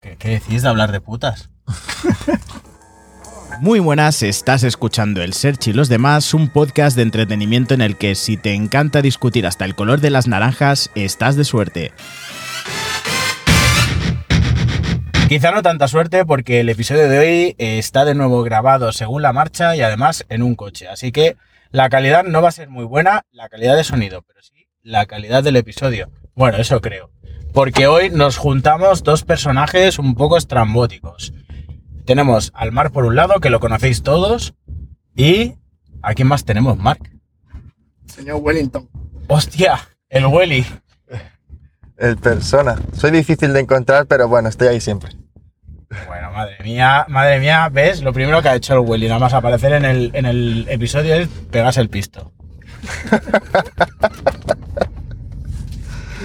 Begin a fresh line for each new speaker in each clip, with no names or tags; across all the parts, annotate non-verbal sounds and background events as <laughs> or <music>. ¿Qué, qué decís de hablar de putas?
Muy buenas, estás escuchando El Search y los demás, un podcast de entretenimiento en el que si te encanta discutir hasta el color de las naranjas, estás de suerte.
Quizá no tanta suerte porque el episodio de hoy eh, está de nuevo grabado según la marcha y además en un coche. Así que la calidad no va a ser muy buena, la calidad de sonido, pero sí la calidad del episodio. Bueno, eso creo. Porque hoy nos juntamos dos personajes un poco estrambóticos. Tenemos al Marc por un lado, que lo conocéis todos, y ¿a quién más tenemos, Marc?
Señor Wellington.
¡Hostia! El Welly.
El persona. Soy difícil de encontrar, pero bueno, estoy ahí siempre.
Bueno, madre mía, madre mía, ¿ves? Lo primero que ha hecho el Willy, nada más aparecer en el, en el episodio es pegarse el pisto.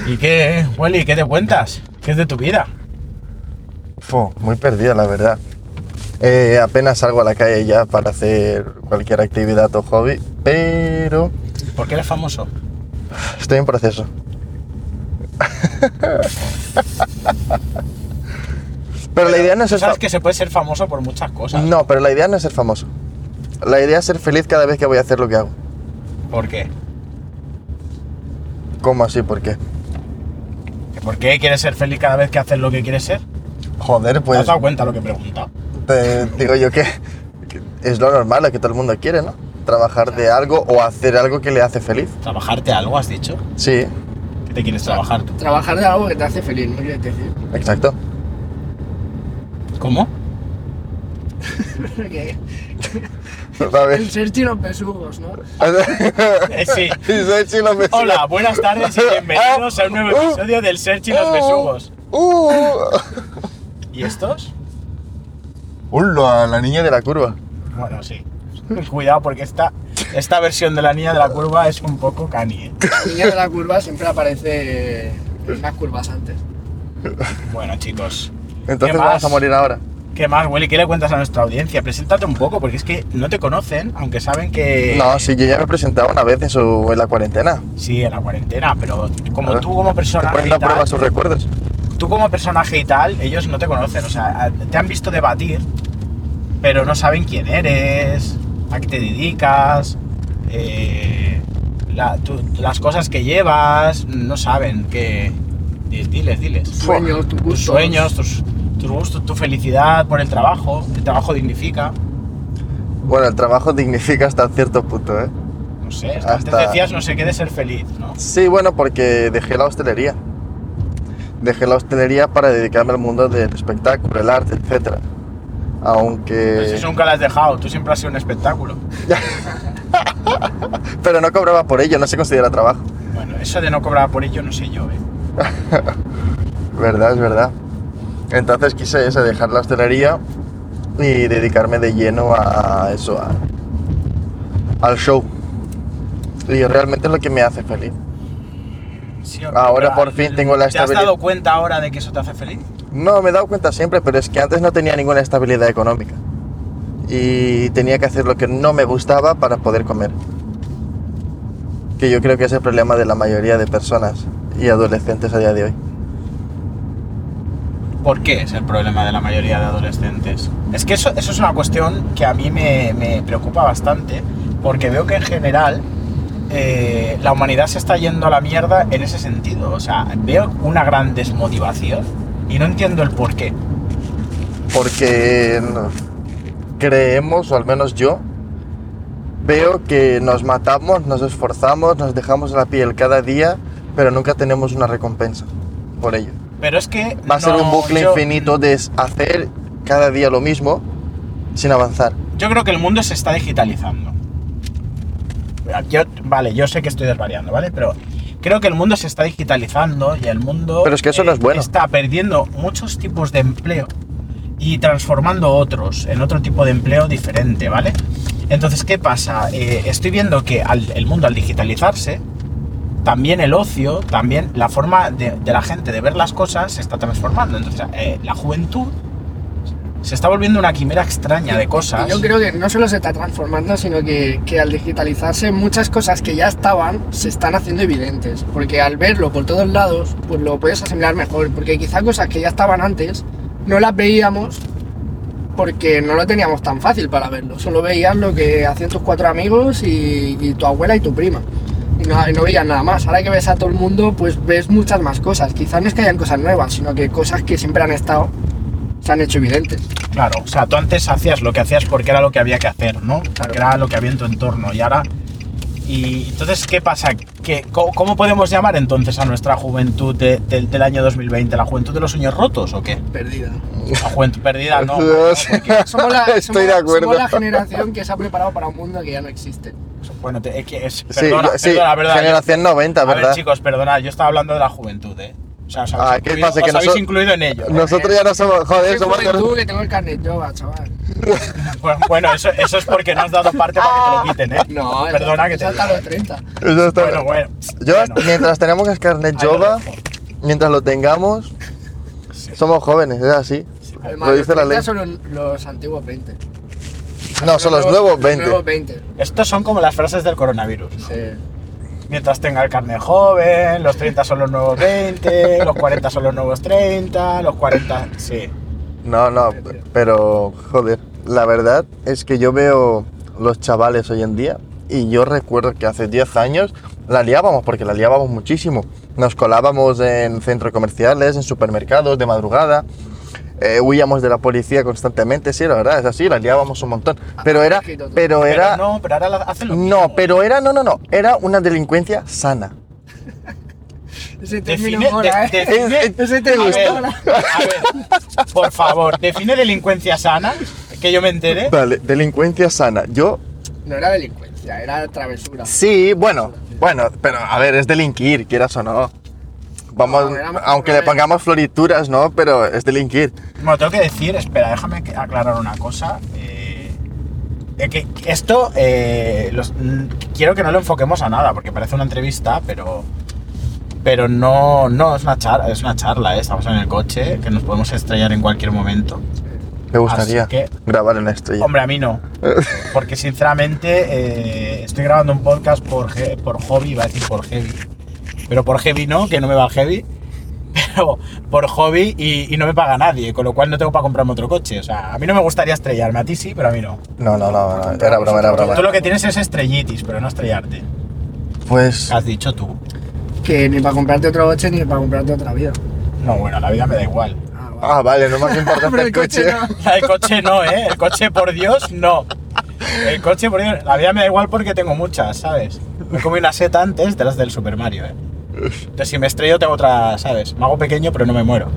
¿Y qué, eh, Willy? ¿Qué te cuentas? ¿Qué es de tu vida?
Fu, muy perdido, la verdad. Eh, apenas salgo a la calle ya para hacer cualquier actividad o hobby, pero
¿Por qué eres famoso?
estoy en proceso. <laughs> pero la idea no es ser
Sabes
fa-
que se puede ser famoso por muchas cosas.
No, pero la idea no es ser famoso. La idea es ser feliz cada vez que voy a hacer lo que hago.
¿Por qué?
¿Cómo así? ¿Por qué?
¿Que ¿Por qué quieres ser feliz cada vez que haces lo que quieres ser?
Joder,
¿Te
pues
has dado cuenta lo que he preguntado?
te digo yo que que es lo normal, lo que todo el mundo quiere, ¿no? Trabajar de algo o hacer algo que le hace feliz.
¿Trabajarte algo, has dicho?
Sí,
¿Qué te quieres trabajar tú?
Trabajar de algo que te hace feliz, ¿no quieres decir? <laughs>
exacto. <laughs>
¿Cómo?
Que
<laughs>
el
¿Sabes?
Sergi y los besugos, ¿no?
Eh, sí.
Y soy chino me-
Hola, buenas
<laughs>
tardes y bienvenidos a un
Ah.
nuevo episodio del Search y los Besugos.
Uh.
¿Y estos?
Hola, la niña de la curva.
Bueno, sí. Cuidado porque esta, esta versión de la niña de la curva es un poco cani. ¿eh?
La niña de la curva siempre aparece en unas curvas antes.
Bueno, chicos.
Entonces
¿Qué
vamos
más?
a morir ahora.
¿Qué más, Willy? ¿Qué le cuentas a nuestra audiencia? Preséntate un poco, porque es que no te conocen, aunque saben que...
No, sí, yo ya me presentaba una vez en, su, en la cuarentena.
Sí, en la cuarentena, pero como
A ver,
tú como
Te
personaje
ponen
y
a prueba
Ah, tal,
sus recuerdos.
tú como personaje y tal, ellos no te conocen, o sea, te han visto debatir, pero no saben quién eres, a qué te dedicas, eh, la- tú- las cosas que llevas, no saben que... Diles, diles, diles.
Sueños, tus
Tus
gustos.
sueños, tus, tus gustos, tu felicidad por el trabajo, el trabajo dignifica.
Bueno, el trabajo dignifica hasta cierto punto, ¿eh?
No sé,
Hasta-
antes decías no sé qué de ser feliz, ¿no?
Sí, bueno, porque dejé la hostelería. Dejé la hostelería para dedicarme al mundo del espectáculo, el arte, etc.
Pues
Aunque...
eso nunca lo has dejado, tú siempre has sido un espectáculo.
Pero no cobraba por ello, no se considera trabajo.
Bueno, eso de no cobrar por ello no sé yo, ¿eh?
Verdad, es verdad. Entonces quise eso, dejar la hostelería y dedicarme de lleno a eso, a- al show. Y realmente es lo que me hace feliz.
Sí,
Ahora
pero,
por fin tengo
¿Te
la
has
estabilidad.
dado cuenta ahora de que eso te hace feliz?
No, me he dado cuenta siempre, pero es que antes no tenía ninguna estabilidad económica. Y tenía que hacer lo que no me gustaba para poder comer. Que yo creo que es el problema de la mayoría de personas y adolescentes a día de hoy.
¿Por qué es el problema de la mayoría de adolescentes? Es que eso, eso es una cuestión que a mí me, me preocupa bastante, porque veo que en general eh, la humanidad se está yendo a la mierda en ese sentido. O sea, veo una gran desmotivación y no entiendo el por qué.
porque no- creemos, o al menos yo, veo que nos matamos, nos esforzamos, nos dejamos la piel cada día, pero nunca tenemos una recompensa por ello.
Pero es que...
Va a ser
no,
un bucle
yo-
infinito de s- hacer cada día lo mismo sin avanzar.
Yo creo que el mundo se está digitalizando. Yo- vale, yo sé que estoy desvariando, ¿vale? Pero creo que el mundo se está digitalizando y el mundo eh,
Pero es que eso no es bueno.
está perdiendo muchos tipos de empleo y transformando otros en otro tipo de empleo diferente, ¿vale? Entonces, ¿qué pasa? Eh, estoy viendo que al- el mundo al digitalizarse, también el ocio, también la forma de, de la gente de ver las cosas se está transformando. Entonces, eh, la juventud se está volviendo una quimera extraña de cosas.
Y yo creo que no solo se está transformando, sino que, que al digitalizarse muchas cosas que ya estaban se están haciendo evidentes. Porque al verlo por todos lados, pues lo puedes asimilar mejor. Porque quizá cosas que ya estaban antes no las veíamos porque no lo teníamos tan fácil para verlo. Solo veías lo que hacían tus cuatro amigos y, y tu abuela y tu prima. Y no, y no veías nada más. Ahora que ves a todo el mundo, pues ves muchas más cosas. Quizás no es que hayan cosas nuevas, sino que cosas que siempre han estado, se han hecho evidentes.
Claro, o sea, tú antes hacías lo que hacías porque era lo que había que hacer, ¿no? O sea, que era lo que había en tu entorno y ahora... Y entonces, ¿qué pasa? ¿Qué, co- ¿Cómo podemos llamar entonces a nuestra juventud de- del- del año 2020? ¿La juventud de los sueños rotos o qué?
Perdida.
La juventud perdida, Ah,
<laughs>
no.
No sé.
porque-
Somos la,
<laughs> Estoy
somos-
de acuerdo.
somos la generación que se ha preparado para un mundo que ya no existe.
Bueno, te- es que es.
Sí,
Perdona,
yo- sí,
perdona, verdad.
generación 90,
a
¿verdad?
ver, chicos, perdonad, yo estaba hablando de la juventud, ¿eh? O sea, os habéis,
Ah, ¿qué
incluido,
pasa? Que
os habéis
noso-
incluido en
<laughs>
ello.
Nosotros ya no somos, joder,
Soy
somos...
juventud que tengo el carnet yoga,
<laughs>
chaval.
Bueno, Bueno, eso, eso es porque no has dado parte para que te lo
Ah.
quiten, ¿eh?
No,
perdona que te.
salta los 30.
Eso está-
Bueno, bueno.
Yo,
bueno,
mientras tenemos el carnet
ahí lo
Jova,
dejo.
mientras lo tengamos, somos jóvenes, es así.
Además,
Lo dice
los
la ley.
30 son los antiguos 20.
No, son los nuevos
Los
20.
nuevos 20.
Estos son como las frases del coronavirus.
Sí.
Mientras tenga el carnet joven, los 30 son los nuevos 20, los 40 son los nuevos 30, los 40. Sí.
No, no, p- pero joder, la verdad es que yo veo los chavales hoy en día y yo recuerdo que hace 10 años la liábamos, porque la liábamos muchísimo. Nos colábamos en centros comerciales, en supermercados, de madrugada, eh, huíamos de la policía constantemente, sí, la verdad, es así, la liábamos un montón. Pero era, pero
Pero
era,
no, pero ahora la- hacen lo mismo.
no, pero era, no, no, no, era una delincuencia sana.
Ese término
Define,
mola,
de-
¿eh?
<laughs>
define-
Es-
Ese
A
término
ver,
mola.
a ver, por favor, define delincuencia sana, que yo me entere.
Vale, delincuencia sana. Yo
No era delincuencia, era travesura.
Sí, bueno, bueno, pero a ver, es delinquir, quieras o no. Vamos,
No, éramos
aunque le
jóvenes.
pongamos florituras, ¿no? Pero es delinquir.
Bueno, tengo que decir, espera, déjame que- aclarar una cosa. eh, eh, que que esto eh, los- mm, quiero que no lo enfoquemos a nada, porque parece una entrevista, pero. Pero no, no es una charla, es una charla, eh, estamos en el coche, que nos podemos estrellar en cualquier momento.
Me gustaría
Así que-
grabar en esto.
Hombre, a mí no. Porque sinceramente eh, estoy grabando un podcast por, he- por hobby, iba a decir por heavy. Pero por heavy no, que no me va el heavy. <laughs> Pero por hobby y, y no me paga nadie, con lo cual no tengo para comprarme otro coche. O sea, a mí no me gustaría estrellarme, a ti sí, pero a mí no.
No, no, no, no, era broma, era
Tú, tú lo
broma.
que tienes es estrellitis, pero no estrellarte.
Pues,
Has dicho tú.
Que ni para comprarte otro coche ni para comprarte otra vida.
No, bueno, la vida me da igual.
Ah, vale.
ah, <laughs> vale, no
<laughs>
más importante
Pero
el coche.
no.
El coche no, ¿eh? El coche, por Dios, no. El coche, por Dios, la vida me da igual porque tengo muchas, ¿sabes? Me comí una seta antes de las del Super Mario, ¿eh? Entonces, si me estrello, tengo otra, ¿sabes? Me hago pequeño, pero no me muero.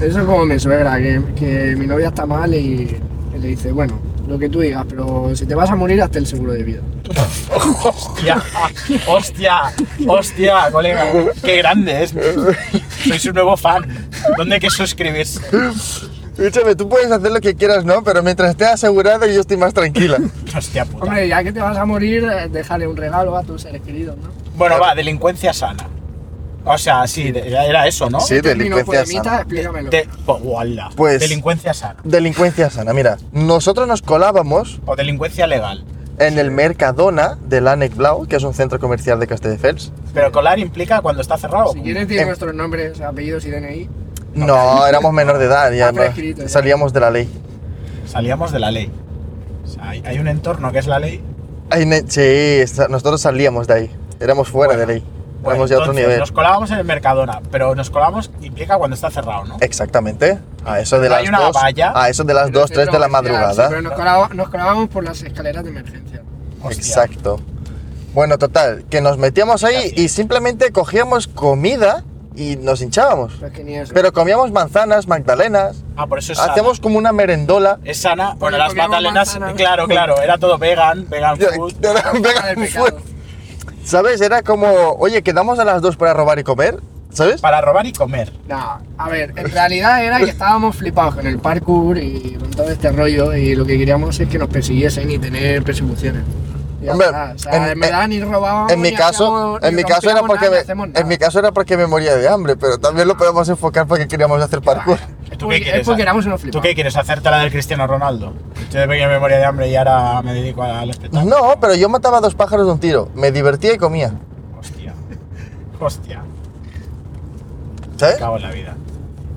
Eso es como mi suegra, que, que mi novia está mal y, y le dice, bueno, lo que tú digas, pero si te vas a morir, hazte el seguro de vida.
¡Hostia! ¡Hostia! ¡Hostia, colega! ¡Qué grande es! Soy su nuevo fan. ¿Dónde hay que suscribirse?
Escúchame, tú puedes hacer lo que quieras, ¿no? Pero mientras esté asegurado, yo estoy
<laughs>
más tranquila.
¡Hostia puta!
Hombre, ya que te vas a morir, eh, déjale un regalo a tus seres queridos, ¿no?
Bueno, va, delincuencia sana. O sea, sí, de- era eso, ¿no?
Sí,
Término
delincuencia
poemita,
sana.
explícamelo.
De, oh, ¡Wala!
Pues-
Delincuencia sana.
Delincuencia sana, mira, nosotros nos colábamos
O delincuencia legal.
en el Mercadona de Lanec Blau, que es un centro comercial de Castelldefels.
Pero colar implica cuando está cerrado.
Si quieres, tiene
Em-
nuestros nombres, apellidos y DNI.
No, éramos menor de edad, ya
Ah,
no-
prescrito, ya.
salíamos de la ley.
Salíamos de la ley. O sea, hay, hay un entorno que es la ley.
Ay, ne- sí, esta- nosotros salíamos de ahí. Éramos fuera de ley. Éramos
Bueno,
ya a otro
pues entonces,
nivel.
Nos colábamos en el Mercadona, pero nos colábamos implica cuando está cerrado, ¿no?
Exactamente. A eso de
Hay
las
una
dos.
valla.
A eso de las 2, 3 de la
ah, Sí,
madrugada.
pero nos colaba- nos colábamos por las escaleras de emergencia.
Hostia.
Exacto. Bueno, total, que nos metíamos ahí
Casi.
y simplemente cogíamos comida y nos hinchábamos.
Pero es que ni eso.
Pero comíamos manzanas, magdalenas,
Ah, por eso es sana.
hacíamos como una merendola.
Es sana. Bueno,
Porque
las
Pues comíamos
magdalenas,
manzana.
claro, claro, era todo vegan, vegan
<laughs>
food.
Era el pecado.
¿Sabes? Era como, oye, quedamos a las 2 para robar y comer, ¿sabes?
Para robar y comer.
No, a ver, en realidad era que estábamos flipados con el parkour y con todo este rollo y lo que queríamos es que nos persiguiesen y tener persecuciones. Ya
Hombre,
está, o sea,
en-
en verdad ni robábamos
En mi
ni
caso,
hacíamos- ni
en mi caso era
rompíamos
porque
nada, ni
me,
hacemos
en
nada.
mi caso era porque me moría de hambre, pero también lo podemos enfocar porque queríamos hacer parkour.
Es
¿Tú
porque-
qué quieres?
es porque éramos unos
¿Tú
flipados.
qué quieres? ¿Hacerte la del Cristiano Ronaldo? Yo de pequeño memoria de hambre y ahora me dedico al espectáculo.
<laughs> No, pero yo mataba dos pájaros de un tiro, me divertía y comía,
Hostia. Hostia.
¿sabes?
Cago en la vida.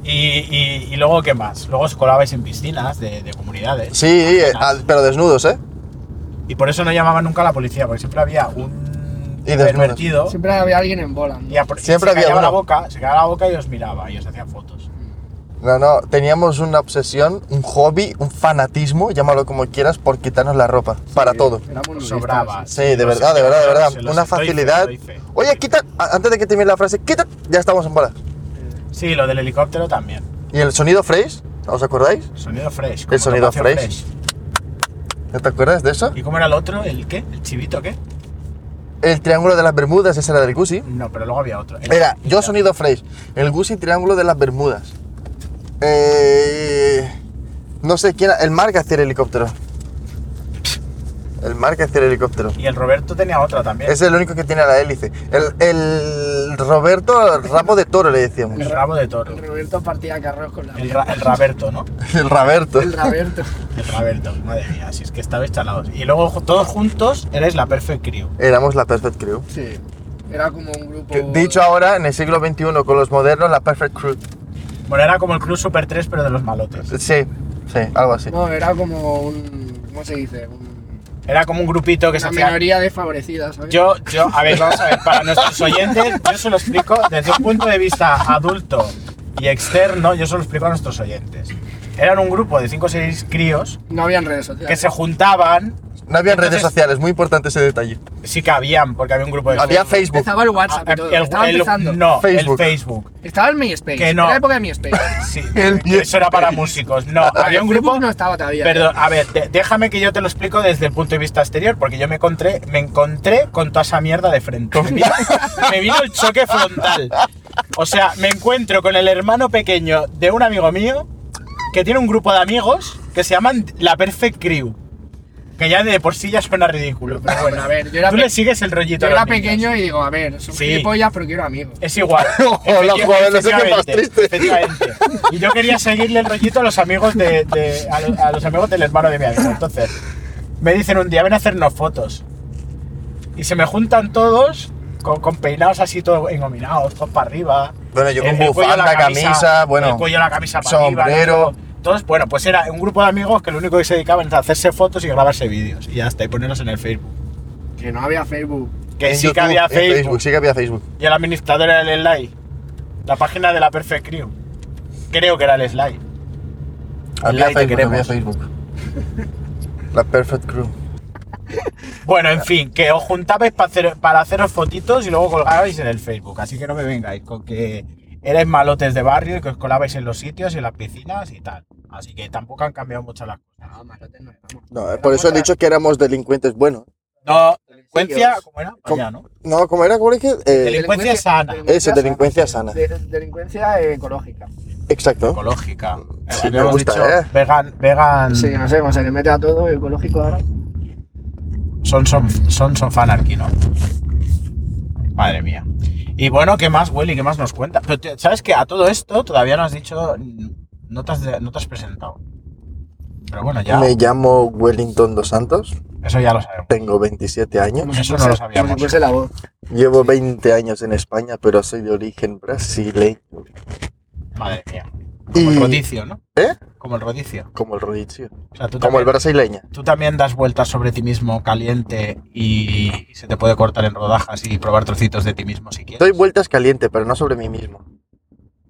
Y, y- y luego, ¿qué más? Luego os colabais en piscinas de, de comunidades.
Sí, eh, al- pero desnudos, ¿eh?
Y por eso no llamaban nunca a la policía, porque siempre había un
Y desnudos.
pervertido.
Siempre había alguien en bola. ¿no?
Y a por- y
Siempre
se
había
callaba la
uno.
boca, se callaba la boca y os miraba y os hacían fotos.
No, no, teníamos una obsesión, un hobby, un fanatismo, llámalo como quieras, por quitarnos la ropa, para todo.
Éramos nudistas,
Sobraba.
Sí, de
Lo
verdad,
sé,
de verdad, de
lo
verdad.
sé, lo
Una
sé, lo hice,
facilidad.
lo hice.
Oye, quita, a- antes de que termine la frase, quita, ya estamos en bola.
Sí, lo del helicóptero también.
¿Y el sonido fresh? ¿Os acordáis?
El sonido fresh.
El sonido
topacio
fresh. ¿No ¿Te acuerdas de eso?
¿Y cómo era el otro? ¿El qué? ¿El chivito qué?
El triángulo de las Bermudas, ese era del Gucci.
No, pero luego había otro. El-
Era, yo sonido fresh. El Gucci triángulo de las Bermudas. Eh, no sé quién, era- el Mark hacía el helicóptero. El Mark hacía el helicóptero.
Y el Roberto tenía otra también.
Es el único que tiene la hélice. El, el Roberto el Rabo de Toro le
<laughs>
decíamos.
El rabo de toro.
El Roberto partía carros con la
El, ra- el Raberto, ¿no?
El Roberto.
El Roberto. <laughs>
El Raberto, madre mía, si es que estabais chalados. Y luego ju- todos juntos erais la Perfect Crew.
Éramos la Perfect Crew.
Sí. Era como un grupo.
Que, dicho ahora, en el siglo XXI, con los modernos, la Perfect Crew.
Bueno, era como el Club Super 3, pero de los malotes.
Sí, sí, algo así.
No, era como un. ¿Cómo se dice? Un-
Era como un grupito que se
una
hacía.
minoría desfavorecida, ¿sabes?
Yo, yo, a ver, vamos a ver, para nuestros oyentes, yo se lo explico desde un punto de vista adulto y externo, yo se lo explico a nuestros oyentes. Eran un grupo de 5 o 6 críos
No habían redes
que
sociales.
se juntaban,
No había
Entonces- Pues
redes sociales, muy importante ese detalle.
sí que habían, porque había un grupo de
Había Facebook.
Empezaba el WhatsApp y todo.
Ah, el-
Estaba
el-
empezando.
no,
Facebook.
el Facebook.
Estaba el MySpace.
Que no.
Era la época de
<laughs>
MySpace.
Sí,
<laughs> El
eso era para músicos.
<laughs>
No, había un
El
grupo
Facebook no estaba todavía.
Perdón, a ver, de- déjame que yo te lo explico desde el punto de vista exterior, porque yo me encontré, me encontré con toda esa mierda de frente.
<laughs>
Me vino, me vino el choque frontal. O sea, me encuentro con el hermano pequeño de un amigo mío que tiene un grupo de amigos que se llaman La Perfect Crew. Que ya de por sí ya suena ridículo, pero
Bueno,
bueno.
a ver, yo era
Tú le
pe-
sigues el rollito.
Yo
a
era
los niños.
pequeño y digo, a ver, son
Sí.
gilipollas, pero quiero amigos.
Es igual.
<laughs> Hola, joder, no sé qué más
Efectivamente,
triste.
efectivamente. Y yo quería seguirle el rollito a los amigos de, de- a, lo- a los amigos del hermano de mi amigo. Entonces, me dicen un día, ven a hacernos fotos. Y se me juntan todos con, con peinados así todos engominados, todos para arriba.
Bueno, yo con
El- el cuello,
bufanda, camisa, bueno,
El cuello, la camisa para
sombrero.
arriba, ¿no? Todos, bueno, pues era un grupo de amigos que lo único que se dedicaban era a hacerse fotos y grabarse vídeos. Y ya está, y ponerlos en el Facebook.
Que no había Facebook.
Que
En
sí que
YouTube,
había
en
Facebook.
Sí que había Facebook.
Y el administrador era el Sly. La página de la Perfect Crew. Creo que era el Sly. like
Había
te
Facebook,
queremos.
había Facebook. La Perfect Crew.
Bueno, en fin, que os juntabais para, hacer, para haceros fotitos y luego colgabais en el Facebook. Así que no me vengáis con que erais malotes de barrio y que os colabais en los sitios, en las piscinas y tal. Así que tampoco han cambiado mucho las cosas.
No, malotes Ah, no éramos.
No, eh, por eso he dicho que éramos delincuentes buenos.
No, delincuencia, ¿cómo era? Vaya, ¿no?
No, ¿cómo era? ¿Cómo le dije? Eh,
Delincuencia sana.
Eso, delincuencia sana.
De- delincuencia ecológica.
exacto.
Ecológica.
Sí, me
Habíamos
gusta,
dicho
¿eh?
Vegan, vegan.
Sí, no sé cómo se le mete a todo ecológico ahora.
Son son, son, son fanarchy, ¿no? Madre mía. Y bueno, ¿qué más, Willy? ¿Qué más nos cuenta? Pero te- sabes que a todo esto todavía no has dicho. No te has, de- no te has presentado. Pero bueno, ya.
Me llamo Wellington dos Santos,
Eso ya lo sabemos.
tengo 27 años,
Eso no lo sabíamos.
Como si fuese la voz.
llevo 20 años en España, pero soy de origen brasileño.
Madre mía. Como el
Y
rodicio, ¿no?
¿Eh?
Como el rodicio.
como el rodicio,
O sea, tú
como
también,
el brasileño.
tú también das vueltas sobre ti mismo caliente y se te puede cortar en rodajas y probar trocitos de ti mismo si quieres.
Doy vueltas caliente, pero no sobre mí mismo.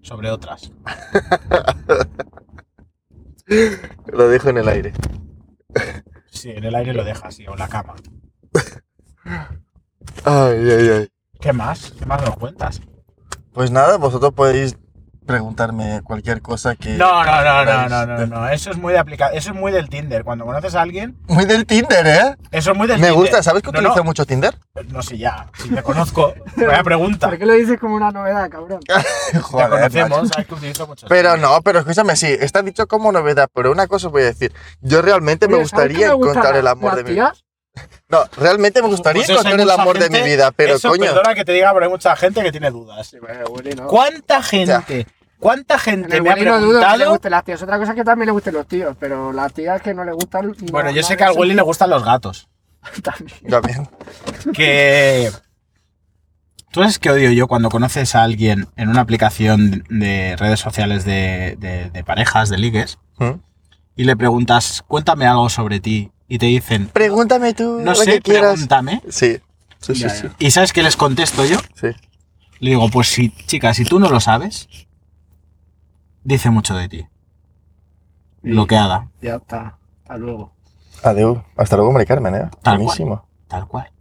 Sobre otras.
Lo dejo en el aire.
Sí, en el aire lo dejas, sí, o en la cama.
Ay, ay, ay.
¿Qué más? ¿Qué más nos cuentas?
Pues nada, vosotros podéis preguntarme cualquier cosa que.
No, no, no, no, no,
Pues-
no, no. Eso es muy de aplica- Eso es muy del Tinder. Cuando conoces a alguien,
Muy del Tinder, ¿eh?
eso es muy del
Me
Tinder.
gusta, ¿sabes que
No,
utilizo
no,
mucho Tinder?
No sé ya. Si te conozco, buena pregunta.
¿Por qué lo dices como una novedad, cabrón?
Te
<laughs> Joder, macho.
conocemos, sabes que utilizo mucho.
Pero no, pero escúchame, sí, está dicho como novedad, pero una cosa os voy a decir. Yo realmente me
Oye, ¿sabes qué
gustaría
me gusta
encontrar el
la-
amor
las
de mi vida.
tías?
No, realmente me gustaría
Pues eso, hay
encontrar el
mucha
amor de mi
gente-
vida, pero
eso,
coño.
Perdona que te diga, pero hay mucha gente que tiene dudas.
Sí, bueno, Willy, no.
¿Cuánta gente? ¿Cuánta
En
gente
el
me ha
Willy no dudo que le
preguntado?
gusten las tías. Otra cosa es que también le gusten los tíos, pero las tías que no le gustan. no-
Bueno, yo
no
sé que al
les-
Willy le gustan los gatos.
también.
Ya bien.
Que. ¿Tú sabes qué odio yo cuando conoces a alguien en una aplicación de redes sociales de, de- de parejas, de ligues,
¿Mm?
y le preguntas, cuéntame algo sobre ti, y te dicen,
Pregúntame tú
no
lo
sé,
que quieras.
pregúntame.
Sí, sí, sí,
Ya,
sí,
ya.
¿Y sabes qué les contesto yo?
sí.
Le digo, pues sí, chica, si tú no lo sabes, dice mucho de ti.
Mm.
Y
Bloqueada,
Ya está. Hasta luego.
Adiós. Hasta luego, Mari Carmen, ¿eh?
Tal cual.
Buenísimo.
tal cual.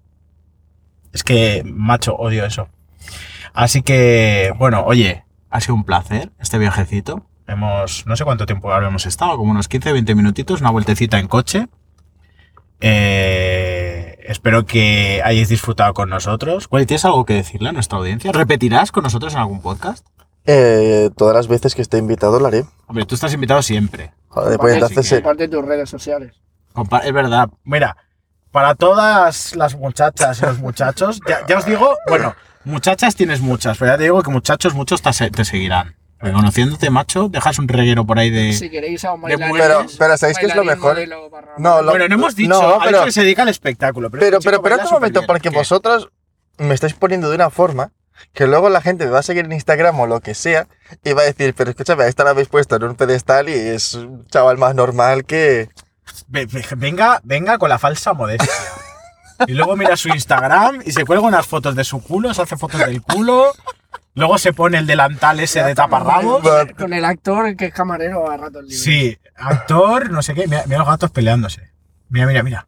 Es que, macho, odio eso. Así que, bueno, oye, ha sido un placer este viajecito. Hemos, no sé cuánto tiempo habremos estado, como unos 15, 20 minutitos, una vueltecita en coche. Eh, espero que hayáis disfrutado con nosotros. Bueno, ¿Tienes algo que decirle a nuestra audiencia? ¿Repetirás con nosotros en algún podcast?
Eh, todas las veces que esté invitado lo haré.
Hombre, tú estás invitado siempre.
Joder, pues
Vale, sí
entonces
que-
eh,
Comparte tus redes sociales.
Compa- Es verdad. Mira, para todas las muchachas y los muchachos, ya, ya os digo, bueno, muchachas tienes muchas, pero ya te digo que muchachos muchos te, se- te seguirán. Reconociéndote, macho, dejas un reguero por ahí de...
Si queréis a un
de
bailarín.
Pero-
pero ¿sabéis qué es lo
bailarín,
mejor?
modelo, barra-
No, lo-
Bueno, no hemos dicho,
No,
ha
pero-
dicho que se dedica al espectáculo. Pero,
Pero,
este
pero,
chico
pero,
baila
un momento,
superbién,
porque
¿qué?
vosotros me estáis poniendo de una forma que luego la gente me va a seguir en Instagram o lo que sea y va a decir, pero escúchame, a esta la habéis puesto en un pedestal y es un chaval más normal que...
Ve- ve- Venga, venga con la falsa modestia. Y luego mira su Instagram y se cuelga unas fotos de su culo, se hace fotos del culo, luego se pone el delantal ese de taparrabos.
Vamos.
Con el actor que es camarero a ratos libres.
Sí, actor, no sé qué. Mira, mira los gatos peleándose. Mira, mira, mira.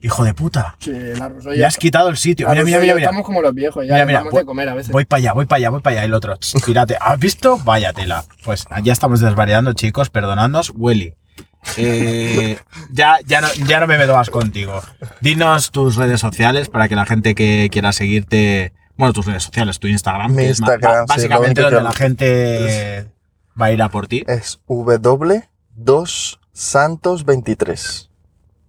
Hijo de puta.
Sí, la Rosoya.
Le has quitado el sitio.
la
Mira, mira,
Rosoya,
mira, mira.
Estamos como los viejos ya.
Mira, mira, pues-
damos
voy-
de comer a veces.
Voy para allá, voy para allá, voy para allá. El otro, "Ch, tírate. ¿Has visto? Vaya tela. Pues ya estamos desvariando, chicos. Perdonadnos, Willy. Eh, ya, ya, no, ya no me meto más contigo. Dinos tus redes sociales para que la gente que quiera seguirte. Bueno, tus redes sociales, tu Instagram.
Mi
que es ma-
Instagram,
ba-
sí, lo
básicamente
único que
donde la
hago.
gente eh, va a ir a por ti.
Es W2Santos23.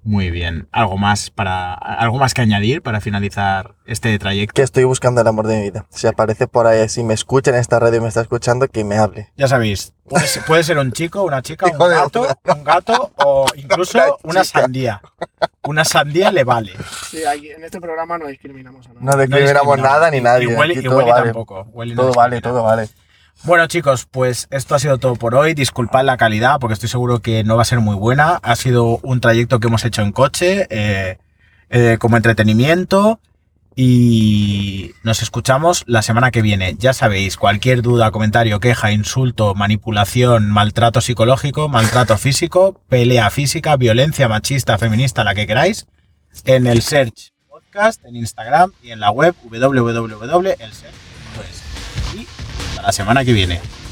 Muy bien. ¿Algo más para algo más que añadir para finalizar este trayecto?
Que estoy buscando el amor de mi vida. Si aparece por ahí, si me escucha en esta radio y me está escuchando, que me hable.
Ya sabéis, puede ser, puede ser un chico, una chica, un
Hijo de
gato, un gato o incluso
<laughs> Una
una
chica.
sandía. Una sandía le vale.
Sí, aquí, en este programa no discriminamos a nadie.
No
No
discriminamos
discriminamos.
nada ni nadie.
Y Welly, y
Aquí todo
Welly
vale.
tampoco. Welly no
Todo vale,
discrimina.
todo vale.
Bueno chicos, pues esto ha sido todo por hoy. Disculpad la calidad porque estoy seguro que no va a ser muy buena. Ha sido un trayecto que hemos hecho en coche eh, eh, como entretenimiento y nos escuchamos la semana que viene. Ya sabéis, cualquier duda, comentario, queja, insulto, manipulación, maltrato psicológico, maltrato físico, pelea física, violencia machista, feminista, la que queráis, en el Search Podcast, en Instagram y en la web www.elsearch.es. Y hasta la semana que viene.